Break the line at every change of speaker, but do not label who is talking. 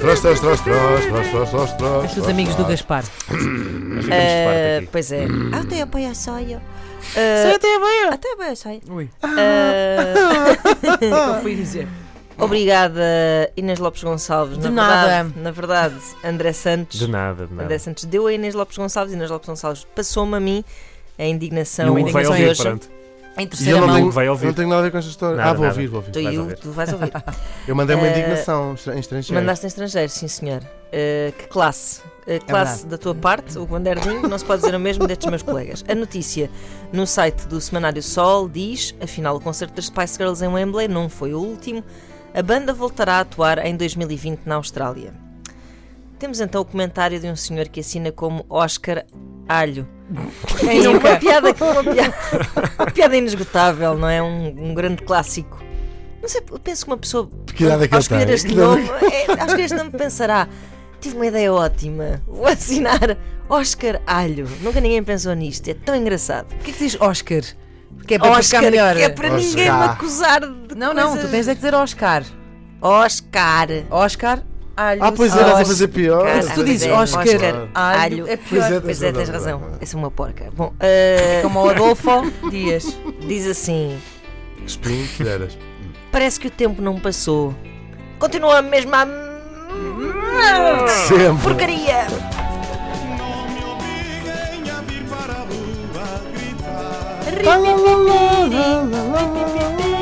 trás, trás, trás, trás, trás, trás, trás, trás.
Os teus amigos do Gaspar.
Ah,
aqui.
pois é. Até apoio a soia.
até bem.
Até apoio a soia.
Ui,
Ah,
eu fui dizer.
obrigada, Inês Lopes Gonçalves.
De
na
nada.
Verdade, na verdade, André Santos.
De nada, de
André
nada.
Santos deu a Inês Lopes Gonçalves. Inês Lopes Gonçalves passou-me a mim a indignação.
E
Não,
o
ainda
Hugo vai
que são
ouvir,
hoje.
pronto.
Em
E
terceira
eu não
mão.
Hugo
tenho,
vai ouvir.
não tenho nada a ver com esta história.
Nada,
ah, vou
nada.
ouvir, vou ouvir.
é Tu,
Vais
e o-
ouvir.
tu vais ouvir.
Eu mandei uma
Eh,
indignação estra- em estrangeiro.
Mandaste em estrangeiro, sim senhor. Eh, que classe. Eh, classe da tua parte, o Guanderdinho, não se pode dizer o mesmo destes meus colegas. A notícia no site do Semanário Sol diz: afinal, o concerto das Spice Girls em Wembley não foi o último. A banda voltará a atuar em 2020 na Austrália. Temos então o comentário de um senhor que assina como Oscar Alho.
Quem
Sim,
nunca?
uma piada, uma piada, uma piada inesgotável, não é? Um, um grande clássico. Não sei, eu penso que uma pessoa
Que idade é que
ao
ele
escolher
tem?
este
Que idade
nome, é, às vezes não me pensará. Tive uma ideia ótima. Vou assinar Oscar Alho. Nunca ninguém pensou nisto. É tão engraçado.
O que é que diz Oscar? Que é para
Oscar,
ficar melhor.
que é para
Oscar.
ninguém me acusar de
Não, não, tu
coisas-
tens é que dizer Oscar.
Oscar.
Oscar Alho.
Ah, pois é, vais a
Oscar.
fazer pior.
Cara,
Se tu dizes
mas
Oscar,
Oscar
Alho,
Alho.
é pior.
Pois
É
é.
Pois é, tens
razão.
razão. Essa é uma porca. Bom, eh,
Como o Adolfo Dias.
diz assim.
Espinho, colheres.
Parece que o tempo não passou. Continua a mesma Ah.
Sempre.
porcaria.
Não me obriguem a vir para a rua gritar.
Lá, lá, lá, lá, lá, lá, lá, lá.